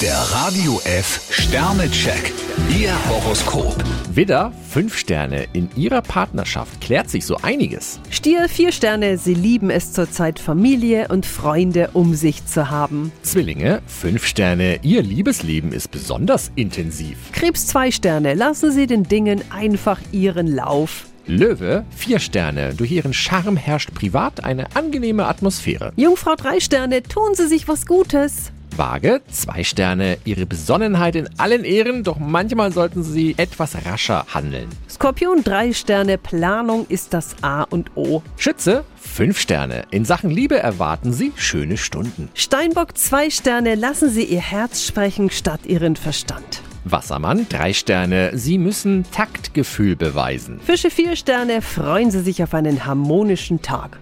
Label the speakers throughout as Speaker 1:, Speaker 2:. Speaker 1: Der Radio F Sternecheck. Ihr Horoskop.
Speaker 2: Widder, 5 Sterne. In ihrer Partnerschaft klärt sich so einiges.
Speaker 3: Stier, vier Sterne, Sie lieben es zurzeit, Familie und Freunde um sich zu haben.
Speaker 2: Zwillinge, 5 Sterne. Ihr Liebesleben ist besonders intensiv.
Speaker 3: Krebs, zwei Sterne, lassen Sie den Dingen einfach ihren Lauf.
Speaker 2: Löwe, 4 Sterne. Durch ihren Charme herrscht privat eine angenehme Atmosphäre.
Speaker 3: Jungfrau, drei Sterne, tun Sie sich was Gutes.
Speaker 2: Waage, 2 Sterne. Ihre Besonnenheit in allen Ehren, doch manchmal sollten sie etwas rascher handeln.
Speaker 3: Skorpion, drei Sterne, Planung ist das A und O.
Speaker 2: Schütze, 5 Sterne. In Sachen Liebe erwarten sie schöne Stunden.
Speaker 3: Steinbock, zwei Sterne, lassen Sie Ihr Herz sprechen statt Ihren Verstand.
Speaker 2: Wassermann, 3 Sterne. Sie müssen Taktgefühl beweisen.
Speaker 3: Fische, vier Sterne, freuen Sie sich auf einen harmonischen Tag.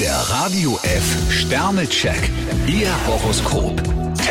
Speaker 1: Der Radio F Sternecheck. Ihr Horoskop.